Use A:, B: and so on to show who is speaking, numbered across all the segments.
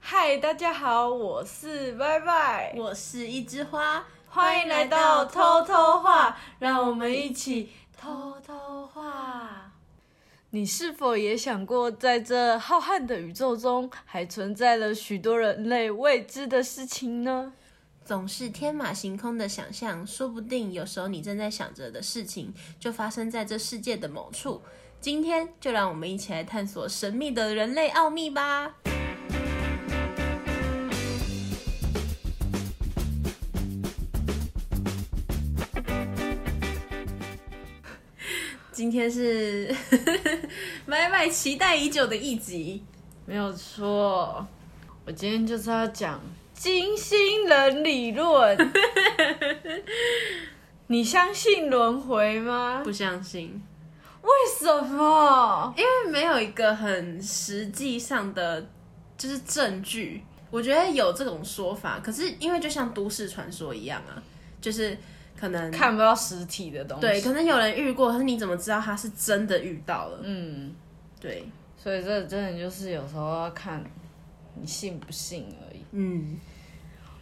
A: 嗨，大家好，我是拜拜，
B: 我是一枝花，
A: 欢迎来到偷偷话，让我们一起偷偷话。你是否也想过，在这浩瀚的宇宙中，还存在了许多人类未知的事情呢？
B: 总是天马行空的想象，说不定有时候你正在想着的事情，就发生在这世界的某处。今天就让我们一起来探索神秘的人类奥秘吧。今天是 麦麦期待已久的一集，
A: 没有错，我今天就是要讲金星人理论。 你相信轮回吗？
B: 不相信。
A: 为什么？
B: 因为没有一个很实际上的，就是证据。我觉得有这种说法，可是因为就像都市传说一样啊，就是可能
A: 看不到实体的东西。
B: 对，可能有人遇过，可是你怎么知道他是真的遇到了？
A: 嗯，
B: 对，
A: 所以这真的就是有时候要看你信不信而已。
B: 嗯，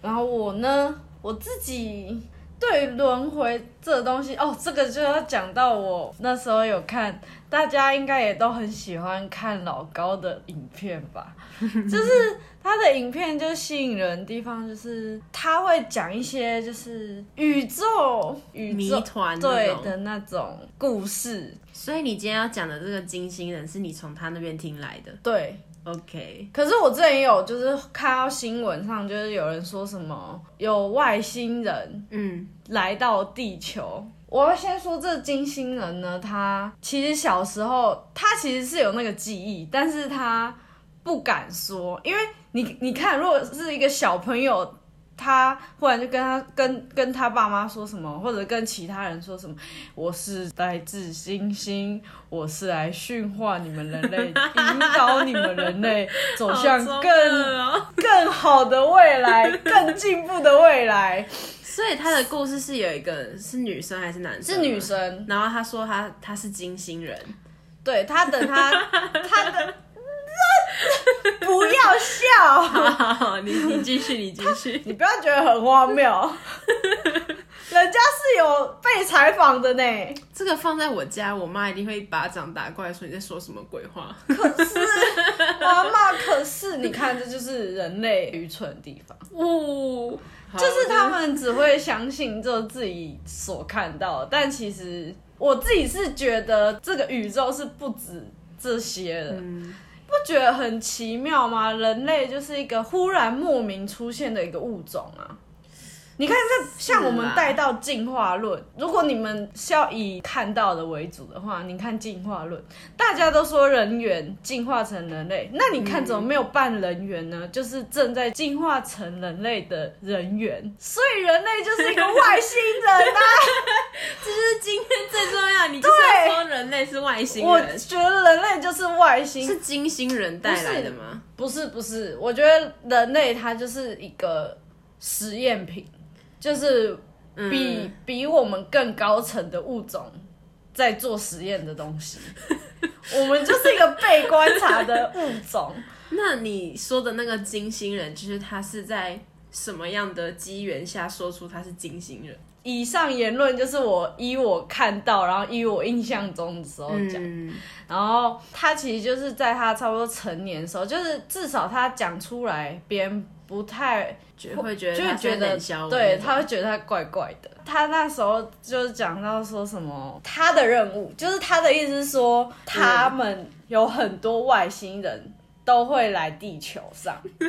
A: 然后我呢，我自己对轮回这东西，哦，这个就要讲到我那时候有看，大家应该也都很喜欢看老高的影片吧， 就是他的影片就吸引人的地方，就是他会讲一些就是宇宙宇
B: 谜
A: 宙
B: 团那
A: 对
B: 种。
A: 的那种故事，
B: 所以你今天要讲的这个金星人，是你从他那边听来的。
A: 对，
B: OK，
A: 可是我之前也有就是看到新闻上，就是有人说什么有外星人
B: 嗯，
A: 来到地球。我要先说这金星人呢，他其实小时候他其实是有那个记忆，但是他不敢说，因为你你看，如果是一个小朋友，他忽然就跟他跟跟他爸妈说什么，或者跟其他人说什么，我是来自星星，我是来驯化你们人类，引导你们人类走向
B: 好中
A: 更
B: 二哦
A: 更好的未来，更进步的未来。
B: 所以他的故事是有一个是女生还是男生？
A: 是女。生，
B: 然后他说他他是金星人，
A: 对他等他他的， 不要笑，
B: 好， 你你继续，你继续。
A: 你不要觉得很荒谬，人家是有被采访的呢。
B: 这个放在我家，我妈一定会一巴掌打过来，说你在说什么鬼话。
A: 可是，妈妈，可是你看，这就是人类愚蠢的地方，
B: 呜、
A: 就是他们只会相信就自己所看到的，但其实我自己是觉得这个宇宙是不止这些的。
B: 嗯
A: 不觉得很奇妙吗？人类就是一个忽然莫名出现的一个物种啊！你看，这像我们带
B: 啊
A: 到进化论，如果你们是要以看到的为主的话，你看进化论，大家都说人猿进化成人类，那你看怎么没有半人猿
B: 嗯
A: 呢？就是正在进化成人类的人猿，所以人类就是一 个外星人啊！
B: 就是今天最重要，你就是要说人类是外星
A: 我
B: 人，
A: 觉得人类就是外星
B: 是金星人带来的吗？
A: 不是不是，我觉得人类它就是一个实验品，就是
B: 嗯
A: 比、比我们更高层的物种在做实验的东 西。我们就是一个被观察的物种，
B: 那你说的那个金星人，就是他是在什么样的机缘下说出他是金星人？
A: 以上言论就是我依我看到，然后依我印象中的时候讲。
B: 嗯
A: 然后他其实就是在他差不多成年的时候，就是至少他讲出来，别人不太
B: 就会觉得
A: 就会
B: 他
A: 觉
B: 在
A: 得
B: 冷笑，我
A: 对，
B: 那种
A: 他会觉得他怪怪的。他那时候就是讲到说什么，他的任务就是他的意思是说，他们有很多外星人都会来地球 上。哎、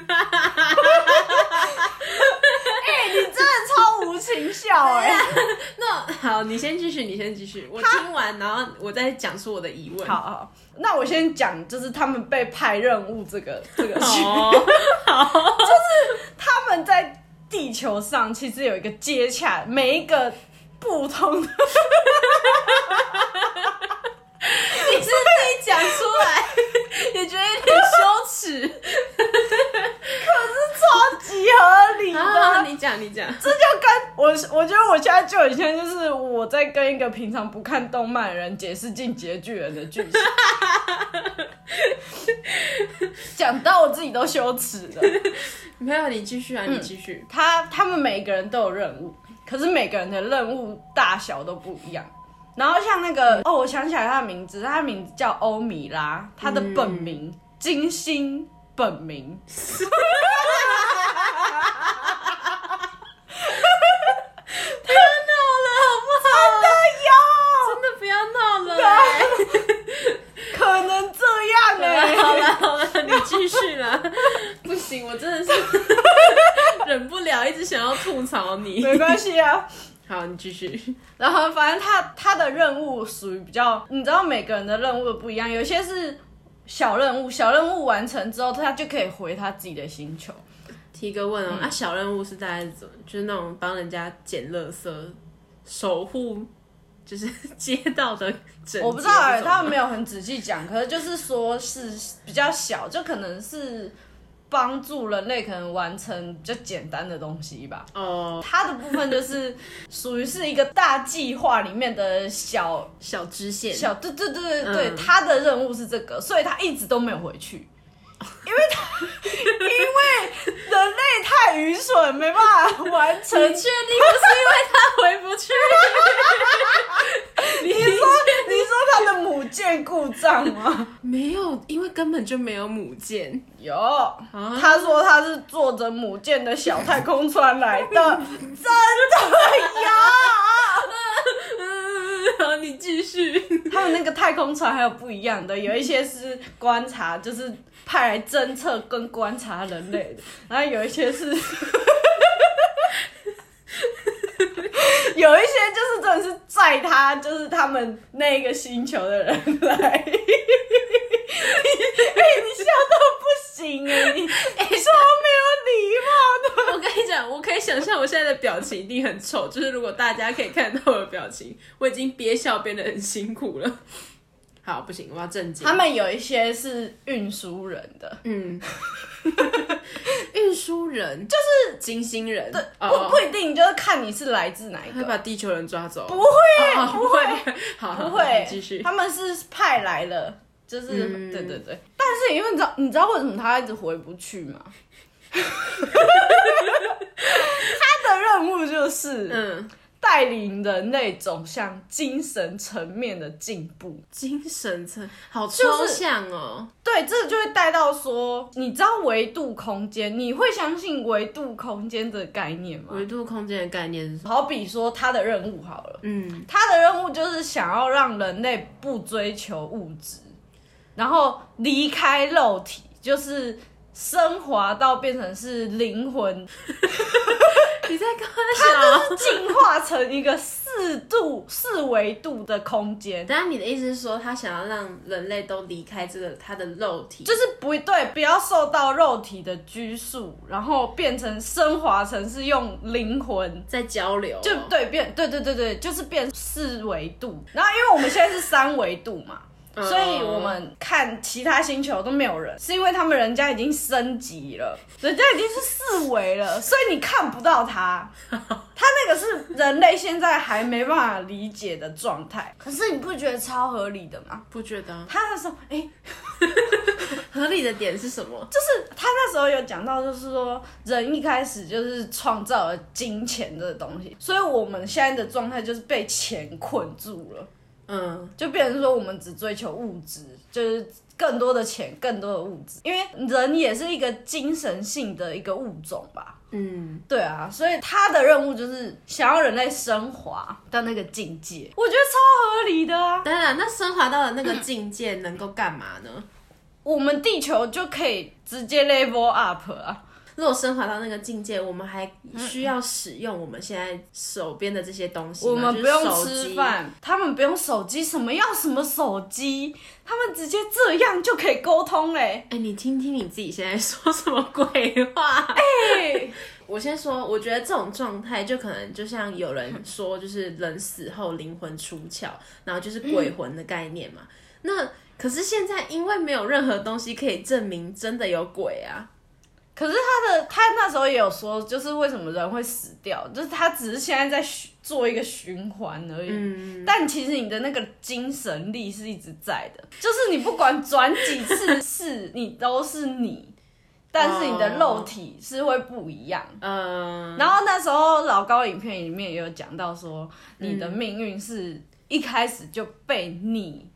A: 你真的超无情笑哎、
B: 那好，你先继续，你先继续，我听完，然后我再讲出我的疑问。
A: 好好，那我先讲，就是他们被派任务这个这个事
B: 哦，
A: 他们在地球上其实有一个接洽，每一个不同的
B: 你是自己讲出来，也觉得有点羞 耻。
A: 超级合理的。
B: 啊，你讲，你讲。
A: 这就跟我，我觉得我现在就很像，就是我在跟一个平常不看 动漫的人解释《进击的巨人》的剧情。讲到我自己都羞耻了。
B: 没有，你继续啊，你继续。
A: 他他们每个人都有任务，可是每个人的任务大小都不一样。然后像那个哦，我想起来他的名字，他的名字叫欧米拉，他的本名、
B: 嗯
A: 金星本名。
B: 好不好？真的不要闹了，好
A: 可能这样哎、
B: 了好了好了，你继续啦。不行，我真的是忍不了，一直想要吐槽你。
A: 没关系啊。
B: 好，你继续。
A: 然后反正他他的任务属于比较，你知道每个人的任务都不一样，有些是小任务，小任务完成之后，他就可以回他自己的星球。
B: 提个问哦，啊，小任务是大概是怎么？就是那种帮人家捡垃圾、守护，就是街道的整洁
A: 我不知道哎、
B: 这种吗
A: 他们没有很仔细讲，可是就是说是比较小，就可能是帮助人类可能完成比较简单的东西吧。
B: 哦，
A: 他的部分就是属于是一个大计划里面的小
B: 小支线，
A: 小，对对对对对，
B: 嗯
A: 他的任务是这个，所以他一直都没有回去，因为他因为人类太愚蠢，没办法完成
B: 你确定不是因为他回不去？
A: 你说 你说他的母舰故障吗？
B: 没有，因为根本就没有母舰。
A: 有，
B: 啊
A: 他说他是坐着母舰的小太空船来的，真的
B: 嗯， 好，你继 续。
A: 有。他们那个太空船还有不一样的，有一些是观察，就是派来侦测跟观察人类的，然后有一些是。有一些就是真的是载他，就是他们那个星球的人来，哎、你笑到不行哎、你你说没有礼貌的，
B: 我跟你讲，我可以想象我现在的表情一定很丑，就是如果大家可以看到我的表情，我已经憋笑憋得很辛苦了。好，不行，我要正经
A: 他。们有一些是运输人的，
B: 嗯，运输人就是金星人，哦对，
A: 不不一定就是看你是来自哪一
B: 会
A: 个，
B: 把地球人抓走，
A: 不会
B: 哦不会，好，
A: 不
B: 好好
A: 会
B: 你继续。
A: 他们是派来了，就是、
B: 嗯
A: 对对对，但是因为你知道你知道为什么他一直回不去 吗？他的任务就是，
B: 嗯，
A: 带领人类走向精神层面的进步。
B: 精神层好
A: 就
B: 抽
A: 是
B: 象哦，
A: 对，这就会带到说，你知道维度空间，你会相信维度空间的概念吗？
B: 维度空间的概念是什么？
A: 好比说他的任务好了，
B: 嗯，
A: 他的任务就是想要让人类不追求物质，然后离开肉体，就是升华到变成是灵魂，
B: 你在跟我讲？
A: 进化成一个四度四维度的空间。
B: 当然，你的意思是说，他想要让人类都离开这个他的肉体，
A: 就是不对，不要受到肉体的拘束，然后变成升华成是用灵魂，
B: 在交流哦，
A: 就对变对对对对，就是变四维度。然后因为我们现在是三维度嘛，
B: 嗯
A: 所以我们看其他星球都没有人，是因为他们人家已经升级了，人家已经是四维了，所以你看不到 他。他那个是人类现在还没办法理解的状态，可是你不觉得超合理的吗？
B: 不觉得啊
A: 他那时候，哎、
B: 合理的点是什么？
A: 就是他那时候有讲到，就是说人一开始就是创造了金钱这个东西，所以我们现在的状态就是被钱困住了，
B: 嗯，
A: 就变成说我们只追求物质，就是更多的钱，更多的物质，因为人也是一个精神性的一个物种吧。
B: 嗯，
A: 对啊，所以他的任务就是想要人类升华到那个境界，我觉得超合理的啊。
B: 当然，那升华到了那个境界，能够干嘛呢？
A: 嗯我们地球就可以直接 level up 啊。
B: 如果升华到那个境界，我们还需要使用我们现在手边的这些东西吗
A: 我们
B: 就是
A: 不用
B: 手
A: 吃
B: 机
A: 饭，他们不用手机，什么要什么手机，他们直接这样就可以沟通嘞。
B: 哎、你听听你自己现在说什么鬼 话？
A: 哎对，
B: 我先说，我觉得这种状态就可能就像有人说，就是人死后灵魂出窍，然后就是鬼魂的概念
A: 嗯
B: 嘛。那可是现在因为没有任何东西可以证明真的有鬼啊，
A: 可是他的他那时候也有说，就是为什么人会死掉，就是他只是现在在循做一个循环而已。
B: 嗯，
A: 但其实你的那个精神力是一直在的，就是你不管转几 次世，你都是你，但是你
B: 哦
A: 的肉体是会不一样。
B: 嗯，
A: 然后那时候老高影片里面也有讲到说，你的命运是一开始就被你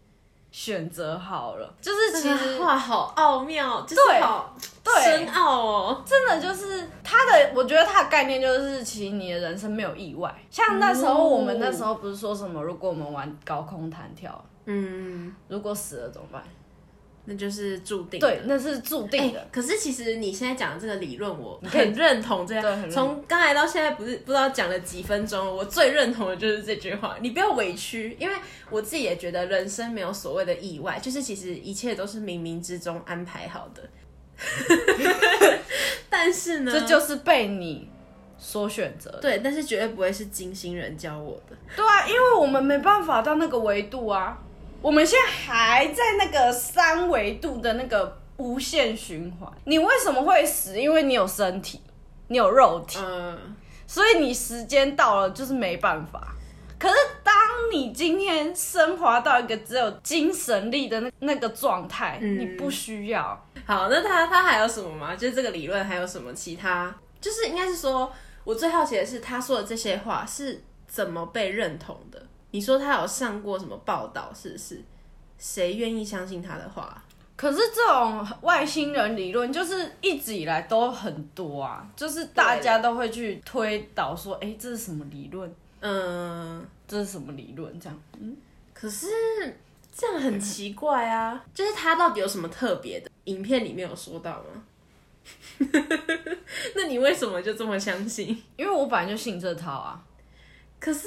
A: 选择好了，就是其实
B: 话好奥妙，就是
A: 对
B: 好
A: 对
B: 深奥哦。
A: 真的就是他的，我觉得他的概念就是，其实你的人生没有意外。像那时候
B: 哦
A: 我们那时候不是说什么，如果我们玩高空弹跳，
B: 嗯，
A: 如果死了怎么办？
B: 那就是注定。
A: 对，那是注定的
B: 欸。可是其实你现在讲的这个理论，我
A: 可以
B: 很认同这
A: 对很认
B: 样。
A: 同
B: 从刚才到现在，不是不知道讲了几分钟，我最认同的就是这句话。你不要委屈，因为我自己也觉得人生没有所谓的意外，就是其实一切都是冥冥之中安排 好的。但是呢，
A: 这就是被你所选择的。
B: 对，但是绝对不会是金星人教我的。
A: 对啊，因为我们没办法到那个维度啊，我们现在还在那个三维度的那个无限循环。你为什么会死？因为你有身体，你有肉体。
B: 嗯，
A: 所以你时间到了就是没办法。可是当你今天升华到一个只有精神力的那那个状态，
B: 嗯
A: 你不需要。
B: 好，那他他还有什么吗？就是这个理论还有什么其他？就是应该是说，我最好奇的是他说的这些话是怎么被认同的？你说他有上过什么报道，是不是？谁愿意相信他的话？
A: 可是这种外星人理论就是一直以来都很多啊，就是大家都会去推导说，哎、这是什么理论？
B: 嗯，
A: 这是什么理论？这样
B: 可是这样很奇怪啊，就是他到底有什么特别的？影片里面有说到吗？ 那你为什么就这么相信？
A: 因为我本来就信这套啊，
B: 可是，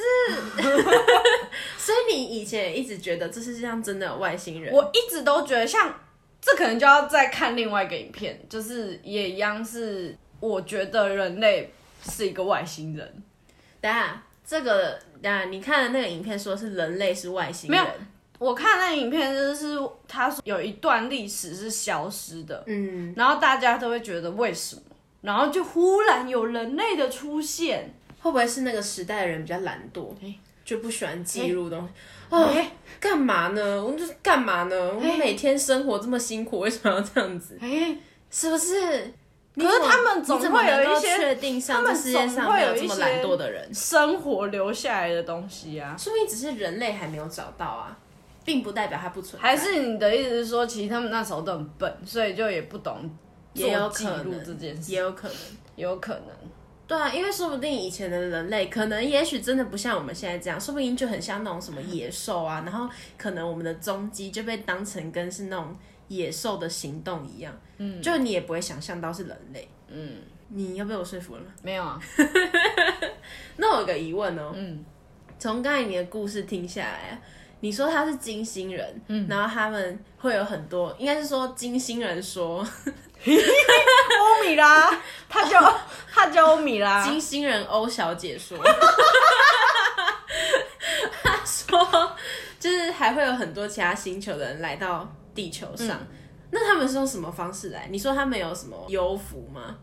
B: 所以你以前一直觉得这世界上真的有外星人？
A: 我一直都觉得像这可能就要再看另外一个影片，就是也一样是我觉得人类是一个外星人。
B: 等一下这个，等一下你看的那个影片说是人类是外星
A: 没
B: 人，
A: 有我看那影片就是他说有一段历史是消失的，
B: 嗯，
A: 然后大家都会觉得为什么，然后就忽然有人类的出现，
B: 会不会是那个时代的人比较懒惰，
A: 诶
B: 就不喜欢记录东西？哦，干嘛呢？我们就是干嘛呢？我们每天生活这么辛苦，为什么要这样子？
A: 哎、
B: 是不是？
A: 可是他们总
B: 你怎么
A: 会有
B: 能
A: 一
B: 够
A: 些
B: 确定
A: 他
B: 上这
A: 们
B: 世界
A: 总
B: 上
A: 会
B: 没
A: 有
B: 有这
A: 一
B: 么
A: 些
B: 懒惰的人，
A: 生活留下来的东西啊。
B: 说明只是人类还没有找到啊，并不代表它不存在。
A: 还是你的意思是说，其实他们那时候都很笨，所以就也不懂做
B: 也有
A: 记
B: 可
A: 录
B: 能
A: 这件事，
B: 也有可能。
A: 有可能。
B: 对啊，因为说不定以前的人类，可能也许真的不像我们现在这样，说不定就很像那种什么野兽啊，然后可能我们的踪迹就被当成跟是那种野兽的行动一样，嗯，就你也不会想象到是人类，
A: 嗯，
B: 你又被我说服了吗？
A: 没有啊，
B: 那我有个疑问哦，
A: 嗯，
B: 从刚才你的故事听下来啊，你说他是金星人，嗯，然后他们会有很多，应该是说金星人说
A: 欧米拉，他叫 他叫欧米拉，
B: 金星人欧小姐 说，她说就是还会有很多其他星球的人来到地球上，那他们是用什么方式来？你说他们有什么幽浮吗？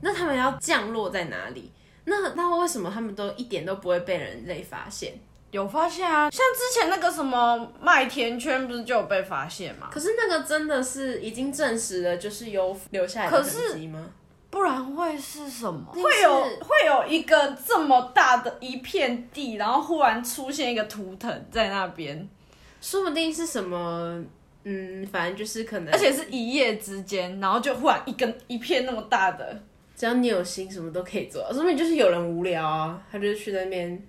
B: 那他们要降落在哪里？那那为什么他们都一点都不会被人类发现？
A: 有发现啊，像之前那个什么麦田圈不是就有被发现吗？
B: 可是那个真的是已经证实了，就是幽浮留下来的
A: 可是
B: 痕迹吗？
A: 不然会是什么？
B: 那是
A: 会有会有一个这么大的一片地，然后忽然出现一个图腾在那边，
B: 说不定是什么，嗯，反正就是可能，
A: 而且是一夜之间，然后就忽然一根一片那么大的，
B: 只要你有心，什么都可以做。说明就是有人无聊啊，他就是去那边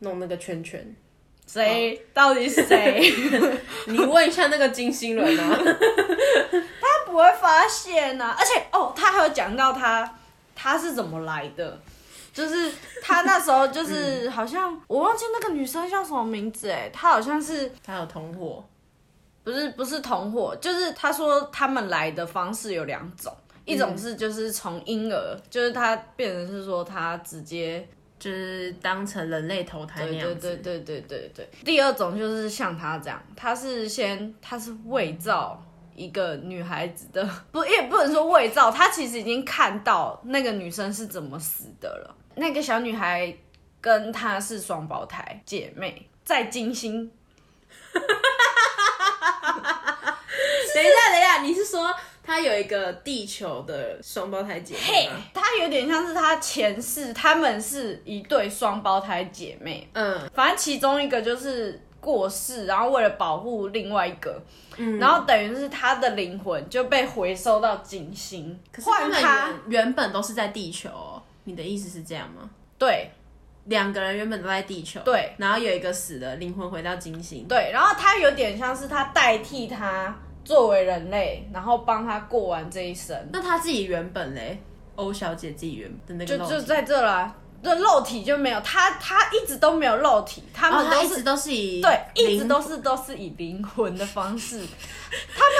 B: 弄那个圈圈。
A: 谁、到底是谁？
B: 你问一下那个金星人啊，
A: 他不会发现呐、啊，而且哦，他还有讲到他他是怎么来的。就是他那时候就是好像、我忘记那个女生叫什么名字哎、欸，她好像是
B: 他有同伙。
A: 不是不是同伙，就是他说他们来的方式有两种，一种是就是从婴儿，就是他变成是说他直接，
B: 就是当成人类投胎那
A: 对
B: 样
A: 对
B: 子，
A: 对对对对对。第二种就是像他这样，他是先他是伪造一个女孩子的，不也不能说伪造，他其实已经看到那个女生是怎么死的了。那个小女孩跟她是双胞胎姐妹，在金星
B: 等一下，等一下，你是说她有一个地球的双胞胎姐妹吗？
A: 她有点像是她前世，她们是一对双胞胎姐妹。
B: 嗯，
A: 反正其中一个就是过世，然后为了保护另外一个，
B: 嗯
A: 然后等于是她的灵魂就被回收到金星，换
B: 她
A: 她
B: 们原原本都是在地球、哦，你的意思是这样吗？
A: 对
B: 两个人原本都在地球，
A: 对，
B: 然后有一个死了，灵魂回到金星，
A: 对，然后她有点像是她代替她作为人类，然后帮她过完这一生，
B: 那她自己原本嘞，欧小姐自己原本的那
A: 就
B: 个肉体
A: 就在这啦。这肉体就没有，她她一直都没有肉体，他
B: 哦
A: 们
B: 她
A: 都
B: 一
A: 是
B: 直都是以
A: 对，一直
B: 灵
A: 都是都是以灵魂的方式。他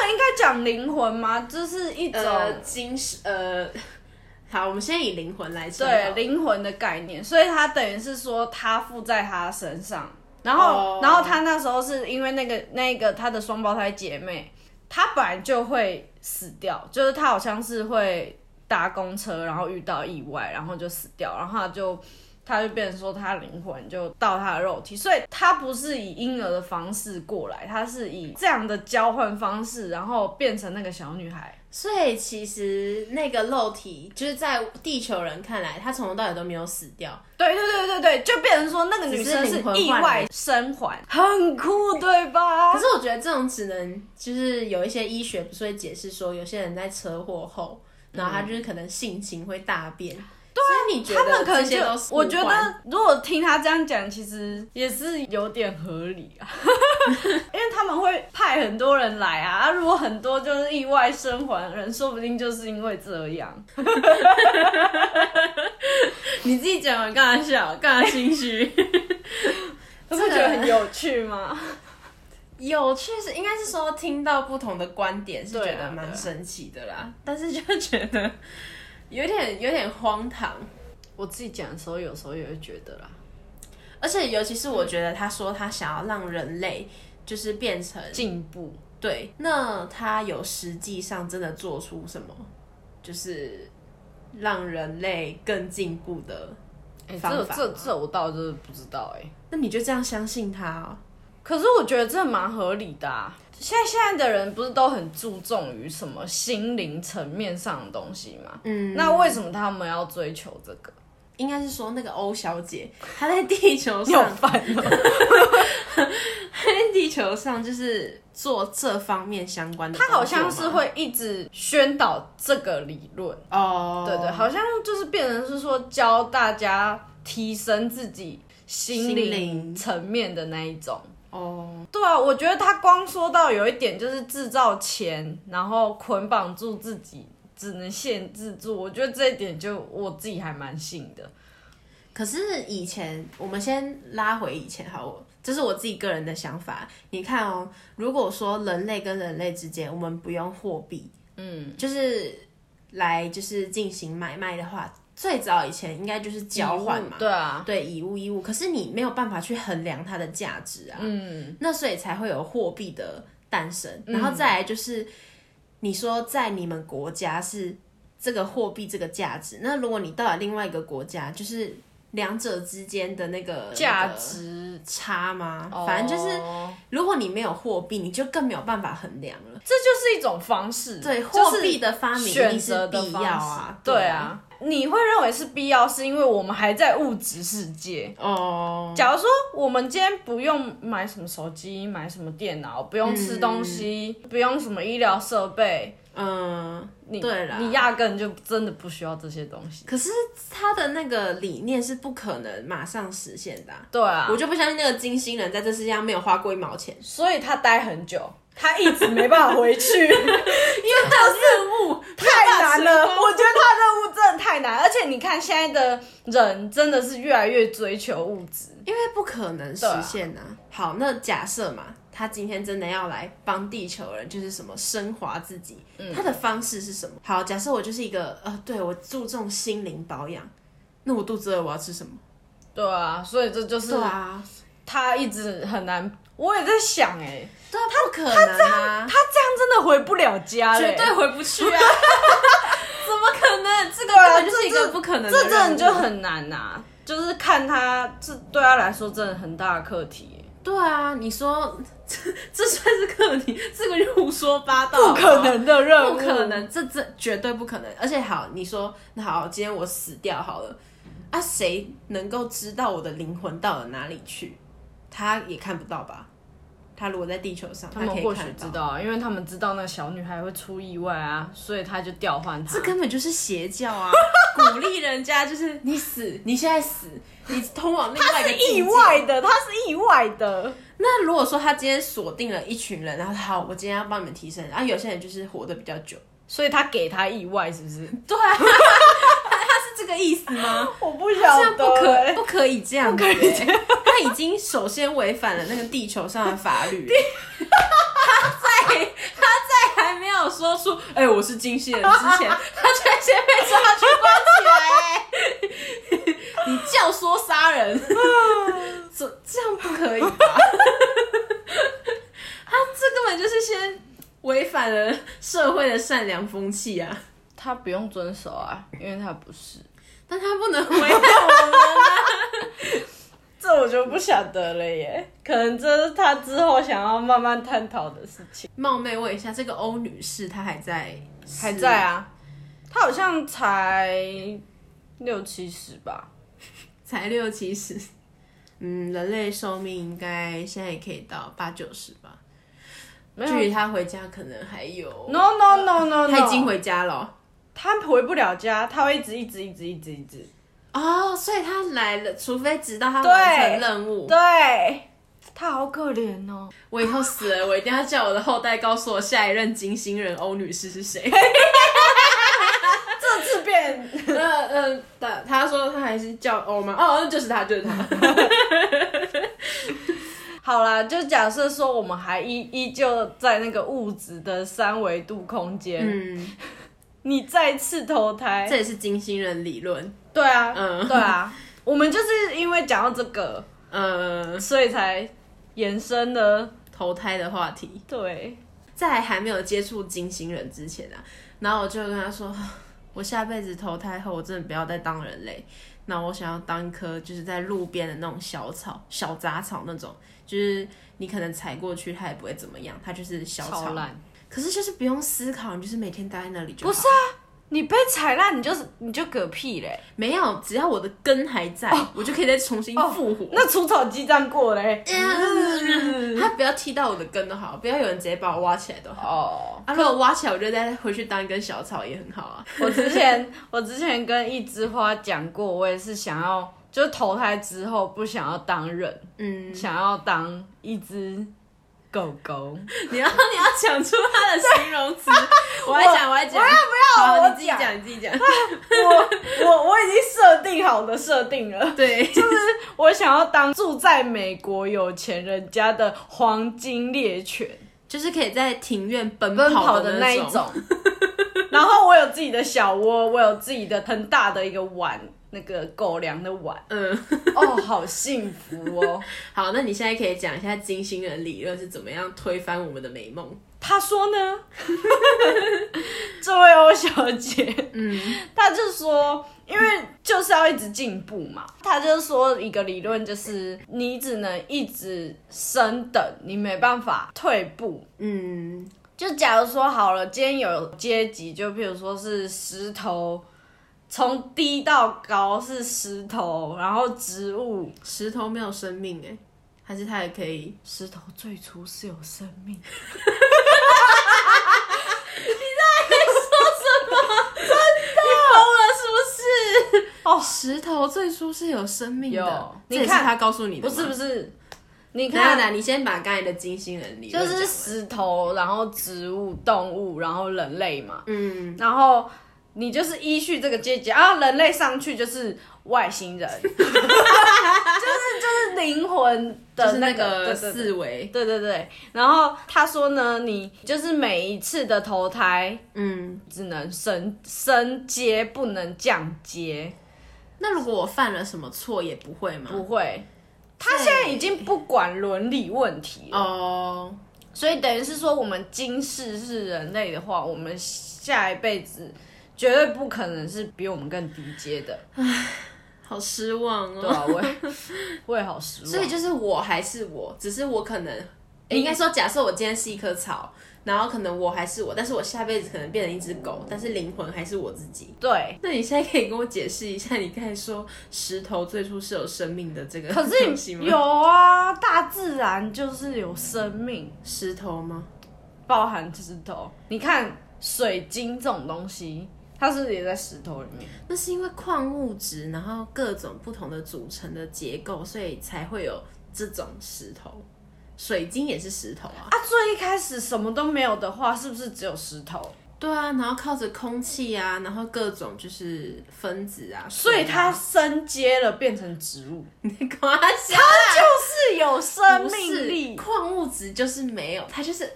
A: 们应该讲灵魂吗？就是一种、
B: 呃精神呃， 好，我们先以灵魂来称好
A: 对
B: 了，
A: 灵魂的概念，所以他等于是说他附在他身上，然后、
B: 哦
A: 然后他那时候是因为那个那个他的双胞胎姐妹，她本来就会死掉，就是她好像是会搭公车，然后遇到意外，然后就死掉，然后她就。她就变成说，她灵魂就到她的肉体，所以她不是以婴儿的方式过来，她是以这样的交换方式，然后变成那个小女孩。
B: 所以其实那个肉体就是在地球人看来，她从头到尾都没有死掉，
A: 对对对对对，就变成说那个女生是意外生还，很酷对吧
B: 可？是我觉得这种只能就是有一些医学不是会解释说，有些人在车祸后，然后他就是可能性情会大变。对，所以啊你觉
A: 他
B: 得
A: 们可能
B: 这
A: 就
B: 些都是，
A: 我觉
B: 互换
A: 得如果听他这样讲，其实也是有点合理啊， 因为他们会派很多人来啊，啊如果很多就是意外生还的人，说不定就是因为这样。
B: 你自己讲完干嘛笑，干嘛心虚？
A: 你不觉得很有趣吗？
B: 有趣是应该是说听到不同的观点是觉
A: 对啊
B: 得蛮神奇的啦，但是就觉得有点有点荒唐，
A: 我自己讲的时候，有时候也会觉得啦，
B: 而且尤其是我觉得他说他想要让人类就是变成
A: 进步
B: 对，那他有实际上真的做出什么，就是让人类更进步的？
A: 哎、
B: 方
A: 这
B: 法
A: 这
B: 吗
A: 这我倒就是不知道哎、
B: 那你就这样相信他、哦？
A: 可是我觉得这蛮合理的、啊。现在现在的人不是都很注重于什么心灵层面上的东西吗？
B: 嗯，
A: 那为什么他们要追求这个？
B: 应该是说那个欧小姐，她在地球
A: 你有
B: 上，
A: 烦吗？
B: 她在地球上就是做这方面相关的工
A: 他
B: 作
A: 好
B: 吗。
A: 像是会一直宣导这个理论，
B: 哦，
A: 对对，好像就是变成是说教大家提升自己心
B: 心
A: 灵
B: 灵
A: 层面的那一种。
B: 哦，
A: 对啊，我觉得他光说到有一点就是制造钱，然后捆绑住自己，只能限制住。我觉得这一点就我自己还蛮信的。
B: 可是以前，我们先拉回以前好我这是我自己个人的想法。你看哦，如果说人类跟人类之间，我们不用货币，嗯，就是来就是进行买卖的话，最早以前应该就是交换嘛，
A: 对啊，
B: 对，以物易物。可是你没有办法去衡量它的价值啊，
A: 嗯，
B: 那所以才会有货币的诞生。然后再来就是，你说在你们国家是这个货币这个价值，那如果你到了另外一个国家，就是两者之间的那个
A: 价
B: 那个
A: 值，
B: 差吗？反正就是，
A: 哦
B: 如果你没有货币，你就更没有办法衡量了。
A: 这就是一种方式，
B: 对，
A: 就
B: 货
A: 是
B: 币的发明一
A: 选
B: 定
A: 择
B: 是
A: 的
B: 必要啊，
A: 方式对，啊。你会认为是必要，是因为我们还在物质世界。
B: 哦，
A: 假如说我们今天不用买什么手机，买什么电脑，不用吃东西，不用什么医疗设备，
B: 嗯，
A: 你
B: 对啦，
A: 你压根就真的不需要这些东西。
B: 可是他的那个理念是不可能马上实现的啊、
A: 对啊
B: 我，就不相信那个金星人在这世界上没有花过一毛 钱。
A: 所以他待很久，他一直没办法回 去，因为这任务太难了。我觉得他任务真的太难，而且你看现在的人真的是越来越追求物质。
B: 因为不可能实现呐、啊
A: 啊
B: 好，那假设嘛，他今天真的要来帮地球人，就是什么升华自己，
A: 嗯
B: 他的方式是什么？好，假设我就是一个呃，对我注重心灵保养，那我肚子饿我要吃什么？
A: 对啊，所以这就是
B: 对啊，
A: 他一直很难。我也在想哎、
B: 对啊，不可能啊，
A: 他这样真的回不了家了、欸
B: 绝对回不 去啊！怎么可能？这个
A: 对啊
B: 根本就是一个
A: 这
B: 不可能的
A: 这真的
B: 任务
A: 就很难呐、就是看他，这对他来说真的很大的课题、
B: 对啊！你说 这这算是课题，这个就胡说八道，
A: 不可能的任务，
B: 不可。能，这这绝对不可能。而且好，你说那好，今天我死掉好了，啊，谁能够知道我的灵魂到了哪里去？他也看不到吧？他如果在地球上，
A: 他
B: 他可
A: 们
B: 以
A: 或许
B: 看
A: 知
B: 到。
A: 道，因为他们知道那个小女孩会出意外啊，所以他就调换她。
B: 这根本就是邪教啊！鼓励人家就是你死，你现在死，你通往另外一个境界
A: 意。外的，他是意外的，
B: 那如果说他今天锁定了一群人，然后好，我今天要帮你们提升，啊，有些人就是活得比较久，
A: 所以他给他意外，是不是？
B: 对啊， 他是这个意思吗？
A: 我不
B: 这
A: 晓
B: 样
A: 得、
B: 不可不可以这样、
A: 欸不可以这
B: 样，他已经首先违反了那个地球上的法律。 他在他在还没有说出“哎、我是金星人”之前，他就先被抓去关起来、哎 你教唆杀人，
A: 啊
B: 这这样不可以吧？ 他这根本就是先违反了社会的善良风气啊！
A: 他不用遵守啊，因为他不是。
B: 但他不能违反我们啊！
A: 这我就不晓得了耶，可能这是他之后想要慢慢探讨的事情。
B: 冒昧问一下，这个欧女士她还在？
A: 还在？啊，他好像才六七十吧。
B: 才六七十。 嗯，人类寿命应该现在也可以到八九十吧。
A: 没
B: 距
A: 有
B: 离她回家可能还有。
A: ，no no no no，, no
B: 她已经，回家了哦。
A: 他回不了家，他会一直一直一直一直一直。
B: 哦，所以她来了，除非直到她
A: 对
B: 完成任务。
A: 对，他好可怜 哦。
B: 我以后死了，我一定要叫我的后代告诉我下一任金星人欧女士是谁。
A: 这次变，
B: 呃呃，她她说她还是叫欧吗？哦，就是她，就是她。
A: 好啦，就假设说我们还依依旧在那个物质的三维度空间，
B: 嗯，
A: 你再次投胎
B: 这，也是金星人理论。
A: 对啊，
B: 嗯
A: 对啊，我们就是因为讲到这个，
B: 呃，
A: 所以才延伸的，
B: 投胎的话题。
A: 对，
B: 在还没有接触金星人之前啊，然后我就跟他说，我下辈子投胎后，我真的不要再当人类，那我想要当一棵就是在路边的那种小草、小杂草那种，就是你可能踩过去它也不会怎么样，它就是小
A: 超
B: 草。
A: 烂。
B: 可是就是不用思考，你就是每天待在那里就
A: 不
B: 好。
A: 是啊，你被踩烂，你就是你就嗝屁嘞。
B: 没有，只要我的根还在，我就可以再重新复活。
A: 那除草机这样过嘞？
B: 嗯他不要踢到我的根都好，不要有人直接把我挖起来都好。
A: 哦，
B: 啊，如果挖起来，我就再回去当一根小草也很好啊。
A: 我之前我之前跟一枝花讲过，我也是想要，就是投胎之后不想要当人，
B: 嗯，
A: 想要当一只狗狗。
B: 你要你要讲出它的形 容词，我来讲，我来讲，我
A: 要不要
B: 好，
A: 我
B: 你自己讲，
A: 讲
B: 你自己讲。
A: 我我我已经设定好的设定了。
B: 对，
A: 就是我想要当住在美国有钱人家的黄金猎犬，
B: 就是可以在庭院奔
A: 奔跑
B: 的
A: 的那一
B: 种。
A: 种。 然后我有自己的小窝，我有自己的很大的一个碗，那个狗粮的碗。
B: 嗯，
A: 哦，好幸福哦！
B: 好，那你现在可以讲一下金星人理论是怎么样推翻我们的美梦？
A: 他说呢， 这位欧小姐，嗯，她就说，因为就是要一直进步嘛，她就说一个理论就是你只能一直升等，你没办法退步，
B: 嗯，
A: 就假如说好了，今天有阶级，就譬如说是石头，从低到高是石头，然后植物，
B: 石头没有生命哎、还是它也可以？
A: 石头最初是有生命。你在说什么？真的？你疯了是不是？哦，
B: 石头最初是有生命的
A: 有，
B: 这也是
A: 你看
B: 他告诉你的
A: 不
B: 吗，
A: 是不是，你
B: 等一下。
A: 看
B: 那，你先把刚才的金星人理
A: 就
B: 论
A: 是
B: 讲
A: 石头，然后植物、动物，然后人类嘛。
B: 嗯，
A: 然后你就是依序这个阶级啊，人类上去就是外星人， 就是就是灵魂
B: 就
A: 的
B: 是
A: 那
B: 那个
A: 对对
B: 四维，
A: 对对对。然后他说呢，你就是每一次的投胎
B: 嗯，
A: 只能升升阶，不能降阶，
B: 那如果我犯了什么错也不会吗？
A: 不会。他现在已经不管伦理问题了，
B: 哦，
A: 所以等于是说，我们今世是人类的话，我们下一辈子绝对不可能是比我们更低阶的，
B: 好失望
A: 对
B: 哦。
A: 吧、我也 我也好失望。
B: 所以就是我还是我，只是我可能诶
A: 嗯
B: 应该说，假设我今天是一棵草，然后可能我还是我，但是我下辈子可能变成一只狗，但是灵魂还是我自己。
A: 对，
B: 那你现在可以跟我解释一下，你刚才说石头最初是有生命的这个
A: 可
B: 东西
A: 是
B: 吗？
A: 有啊，大自然就是有生命，
B: 石头吗？
A: 包含石头。你看水晶这种东西，它是不是也在石头里面？
B: 那是因为矿物质，然后各种不同的组成的结构，所以才会有这种石头。水晶也是石头啊，
A: 啊，最一开始什么都没有的话，是不是只有石头？
B: 对啊，然后靠着空气啊，然后各种就是分子啊，
A: 所以
B: 水啊
A: 它升阶了，变成植物，
B: 你瓜小
A: 就是有生命力，
B: 矿物质就是没有，它就是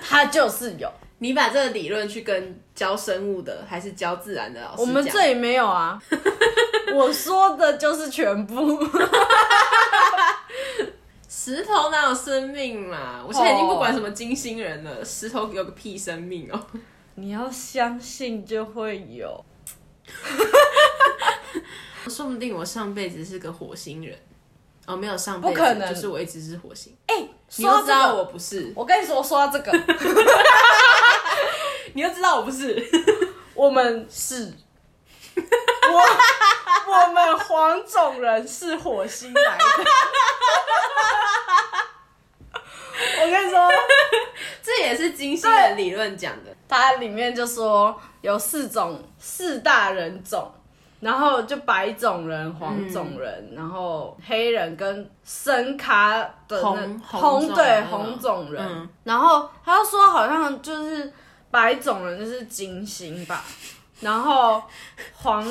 A: 它就是有。
B: 你把这个理论去跟教生物的还是教自然的老师
A: 我们
B: 讲
A: 这里没有啊， 我说的就是全部。
B: 石头哪有生命啦？我现在已经不管什么金星人了，石头有个屁生命 哦、
A: 你要相信就会有，
B: 说不定我上辈子是个火星人，哦，没有上辈子，
A: 不可能
B: 就是我一直是火星。
A: 哎、说
B: 你又
A: 到
B: 知
A: 这
B: 道
A: 个，
B: 我不是，
A: 我跟你说，说到这 个，
B: 你又知道我不是，
A: 我们是，我我们黄种人是火星来 的。我跟你说，
B: 这也是金星人理论讲的。
A: 它里面就说有四种四大人种，然后就白种人、黄种人，然后黑人跟深咖的那
B: 红红
A: 红
B: 种
A: 对
B: 人
A: 红种人，
B: 嗯
A: 然后他就说好像就是白种人就是金星吧，然后黄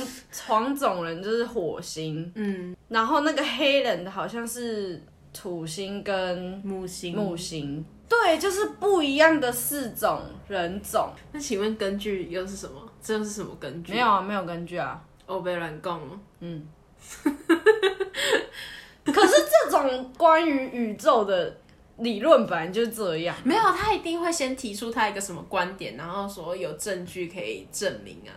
A: 黄种人就是火星，
B: 嗯，
A: 然后那个黑人的好像是土星跟
B: 木星，
A: 木星，对，就是不一样的四种人种。
B: 那请问根据又是什么？这又是什么根据？
A: 没有啊，没有根据啊。
B: 哦，我被乱供了。
A: 可是这种关于宇宙的理论本来就这样，
B: 没有，他一定会先提出他一个什么观点，然后说有证据可以证明啊，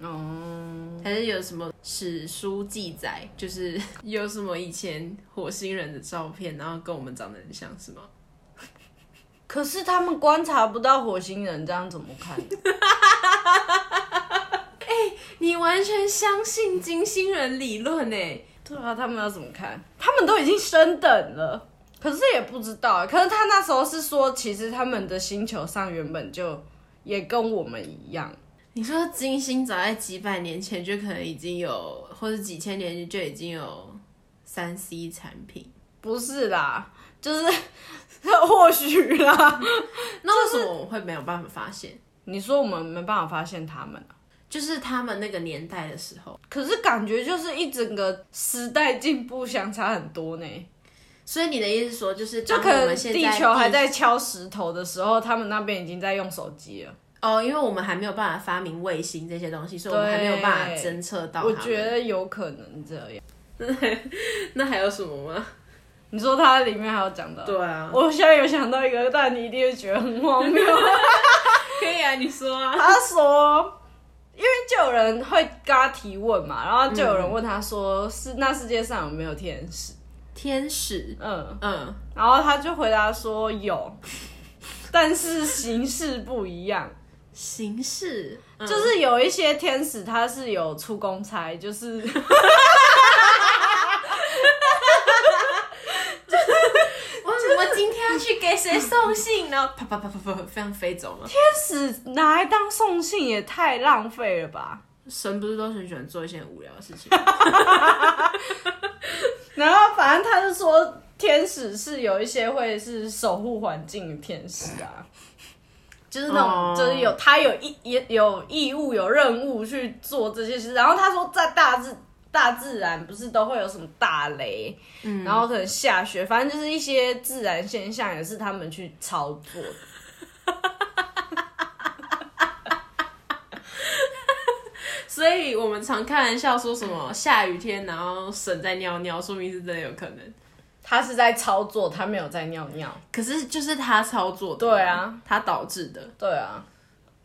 A: 哦，
B: 还是有什么史书记载，就是 有什么以前火星人的照片，然后跟我们长得很像，是吗？
A: 可是他们观察不到火星人，这样怎么看？
B: 你完全相信金星人理论欸呢、
A: 对啊，他们要怎么看？他们都已经升等了，可是也不知道。啊可是他那时候是说，其实他们的星球上原本就也跟我们一样。
B: 你说金星早在几百年前就可能已经有，或者几千年就已经有三 C 产品，
A: 不是啦，就是 或许啦。
B: 那为什么我会没有办法发现？
A: 你说我们没办法发现他们啊、
B: 就是他们那个年代的时候，
A: 可是感觉就是一整个时代进步相差很多呢。
B: 所以你的意思说，就是
A: 就
B: 当
A: 可
B: 我
A: 能
B: 们现
A: 地
B: 在
A: 球还在敲石头的时候，他们那边已经在用手机了。
B: 哦，因为我们还没有办法发明卫星这些东西，所以我们还没有办法侦测到它
A: 我
B: 们。
A: 觉得有可能这样。
B: 那还有什么吗？
A: 你说它里面还有讲到，
B: 对啊，
A: 我现在有想到一个，但你一定会觉得很荒谬。
B: 可以啊，你说啊。
A: 他说，因为就有人会跟他提问嘛，然后就有人问他说，是那世界上有没有天使？
B: 天使，
A: 嗯，
B: 嗯，
A: 然后他就回答说有， 但是形式不一样。
B: 形式、嗯
A: 就是有一些天使，他是有出公差，就是
B: 我我今天要去给谁送信呢？啪啪啪啪啪，非常飞走了。
A: 天使拿来当送信也太浪费了吧。
B: 神不是都很喜欢做一些很无聊的事情？
A: 然后反正他就说，天使是有一些会是守护环境的天使啊，就是那种、
B: 哦
A: 就是有他有义也有义务有任务去做这些事。然后他说，在大自大自然不是都会有什么大雷，
B: 嗯
A: 然后可能下雪，反正就是一些自然现象也是他们去操作的。
B: 所以我们常开玩笑说什么下雨天然后神在尿尿，说明是真的有可能。
A: 他是在操作，他没有在尿尿。
B: 可是就是他操作的，
A: 对啊，
B: 他导致的。
A: 对啊，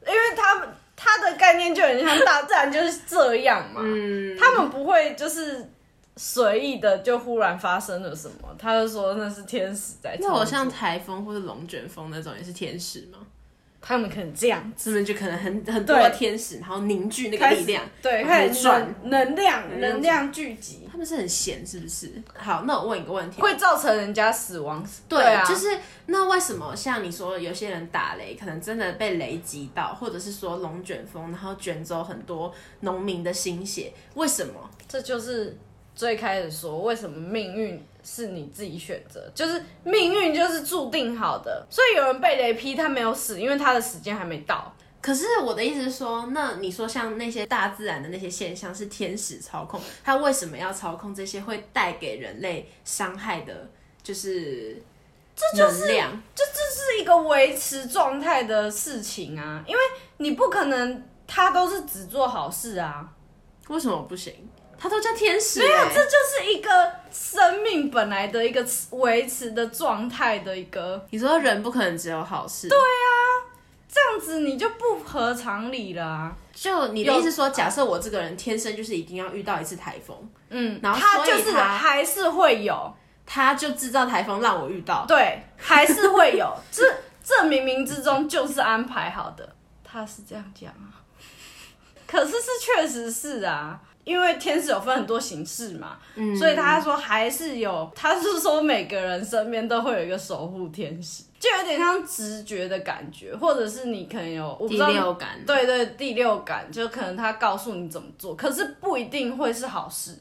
A: 因为他们他的概念就很像大自然就是这样嘛，
B: 嗯，
A: 他们不会就是随意的就忽然发生了什么，他就说那是天使在操
B: 那
A: 作。
B: 好像台风或者龙卷风那种也是天使吗？
A: 他们可能这样
B: 他们就可能很很多的天使，然后凝聚那个力量。
A: 对，
B: 然后
A: 开始
B: 转。
A: 能能量
B: 量
A: 能量聚集，
B: 他们是很闲，是不是？好，那我问一个问题，
A: 会造成人家死亡。
B: 对，
A: 啊，
B: 就是那为什么像你说，有些人打雷，可能真的被雷击到，或者是说龙卷风，然后卷走很多农民的心血，为什么？
A: 这就是最开始说为什么命运是你自己选择，就是命运就是注定好的。所以有人被雷劈，他没有死，因为他的时间还没到。
B: 可是我的意思是说，那你说像那些大自然的那些现象是天使操控，它为什么要操控这些会带给人类伤害的，就是这就是量？
A: 是一个维持状态的事情啊，因为你不可能他都是只做好事啊，
B: 为什么不行？它都叫天使、欸，
A: 这就是一个生命本来的一个维持的状态的一个
B: 你说人不可能只有好事，对，啊
A: 这样子，你就不合常理了啊。
B: 就你的意思是说，假设我这个人天生就是一定要遇到一次台风，
A: 嗯，
B: 然后
A: 他
B: 所
A: 就
B: 以
A: 是
B: 他
A: 还是会有，
B: 他就制造台风让我遇到，
A: 对，还是会 有，这这冥冥之中就是安排好的。他是这样讲啊， 可是是确实是啊，因为天使有分很多形式嘛，
B: 嗯
A: 所以他说还是有，他是说每个人身边都会有一个守护天使，就有点像直觉的感觉，或者是你可能有我不
B: 第
A: 知道
B: 六感，
A: 对对，第六感就可能他告诉你怎么做，可是不一定会是好事。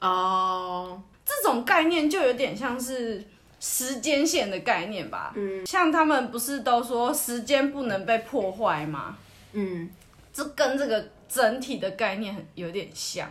B: 哦，
A: 这种概念就有点像是时间线的概念吧。嗯，像他们不是都说时间不能被破坏吗？
B: 嗯，
A: 这跟这个整体的概念很有点像。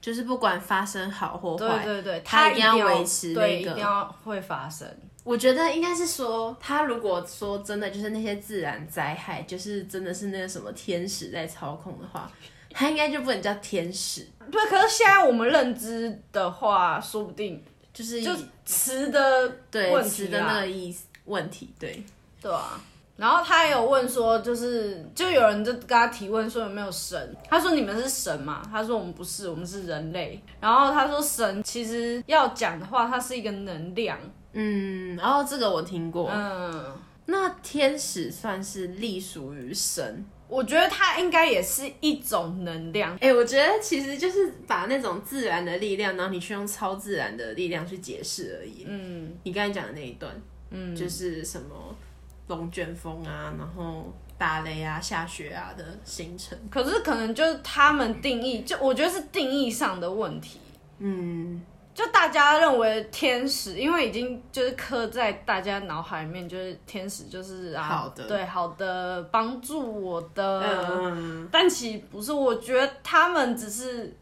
B: 就是不管发生好或
A: 对
B: 坏，
A: 对对，它
B: 它一定要
A: 要
B: 维持那
A: 对，一
B: 个
A: 定要会发生。
B: 我觉得应该是说，他如果说真的就是那些自然灾害，就是真的是那个什么天使在操控的话，他应该就不能叫天使，
A: 对，可是现在我们认知的话，说不定
B: 就是
A: 就词的
B: 嗯对
A: 问
B: 词
A: 题
B: 的那
A: 啦，
B: 个意思问题，对，
A: 对啊。然后他也有问说，就是就有人就跟他提问说有没有神，他说你们是神嘛？他说我们不是，我们是人类。然后他说神其实要讲的话，它是一个能量，
B: 嗯，然后这个我听过，
A: 嗯，
B: 那天使算是隶属于神。
A: 我觉得它应该也是一种能量，
B: 哎、我觉得其实就是把那种自然的力量，然后你去用超自然的力量去解释而已。
A: 嗯
B: 你刚才讲的那一段，
A: 嗯，
B: 就是什么龙卷风啊，然后打雷啊、下雪啊的形成。
A: 可是可能就是他们定义，就我觉得是定义上的问题，
B: 嗯，
A: 就大家认为天使，因为已经就是刻在大家脑海里面，就是天使就是啊，
B: 好的
A: 对，好的，帮助我的，
B: 嗯，
A: 但其实不是，我觉得他们只是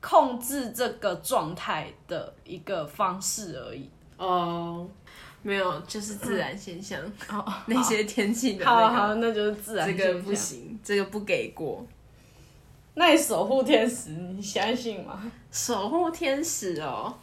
A: 控制这个状态的一个方式而已。
B: 哦，没有，就是自然现象，
A: 哦，
B: 那些天气的
A: 好
B: 那
A: 好，
B: 个，
A: 那就是自然
B: 这
A: 现
B: 个
A: 象
B: 不。行，这个不给过。
A: 那你守护天使，你相信吗？
B: 守护天使哦，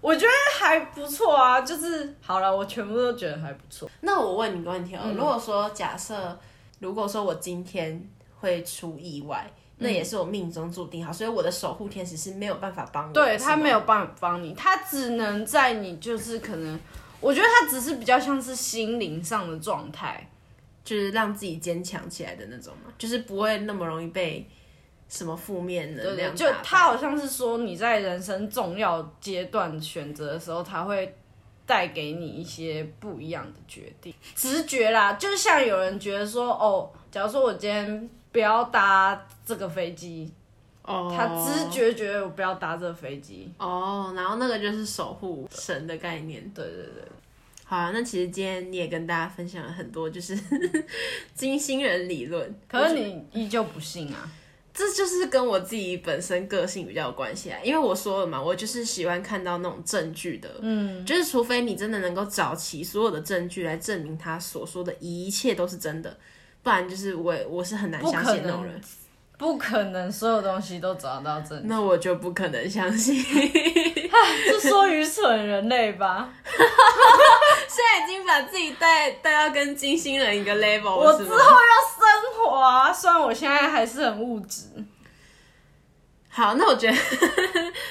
A: 我觉得还不错啊，就是好了，我全部都觉得还不错。
B: 那我问你个问题哦，
A: 嗯
B: 如果说假设，如果说我今天会出意外，
A: 嗯
B: 那也是我命中注定好，所以我的守护天使是没有办法帮我的，
A: 对他
B: 是吗
A: 没有办法帮你，他只能在你就是可能，我觉得他只是比较像是心灵上的状态。
B: 就是让自己坚强起来的那种嘛，就是不会那么容易被什么负面能
A: 对
B: 量
A: 对，就
B: 打败
A: 他好像是说你在人生重要阶段选择的时候，他会带给你一些不一样的决定，直觉啦，就像有人觉得说，哦，假如说我今天不要搭这个飞机，
B: 哦，
A: 他直觉觉得我不要搭这个飞机，
B: 哦，然后那个就是守护神的概念。
A: 对对对，
B: 好啊，那其实今天你也跟大家分享了很多，就是 金星人理论。
A: 可是你依旧不信啊，
B: 这就是跟我自己本身个性比较有关系啊，因为我说了嘛，我就是喜欢看到那种证据的，嗯，就是除非你真的能够找齐所有的证据来证明他所说的一切都是真的，不然就是我我是很难
A: 不
B: 相
A: 可
B: 信那种人
A: 能。不可能所有东西都找到真
B: 那我就不可能相 信。
A: 这说愚蠢人类吧，
B: 现在已经把自己带带到跟金星人一个 level，
A: 我
B: 了
A: 之
B: 是
A: 后
B: 吗
A: 要升华，虽然我现在还是很物质。
B: 好，那我觉得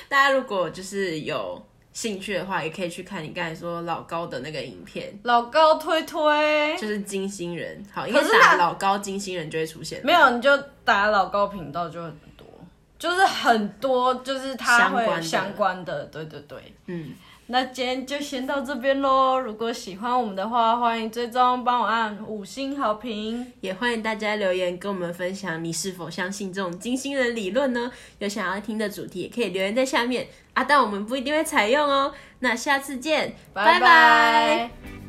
B: 大家如果就是有兴趣的话，也可以去看你刚才说老高的那个影片，
A: 老高推推，
B: 就是金星人。好，应
A: 可
B: 该
A: 是
B: 打
A: 他
B: 老高金星人就会出现。
A: 没有你就打老高频道就很多，就是很多就是他
B: 相关
A: 会
B: 的
A: 相关的，对对对。
B: 嗯，
A: 那今天就先到这边喽。如果喜欢我们的话，欢迎追踪，帮我按五星好评。
B: 也欢迎大家留言跟我们分享，你是否相信这种金星人理论呢？有想要听的主题，也可以留言在下面啊，但我们不一定会采用哦。那下次见，
A: 拜
B: 拜
A: 拜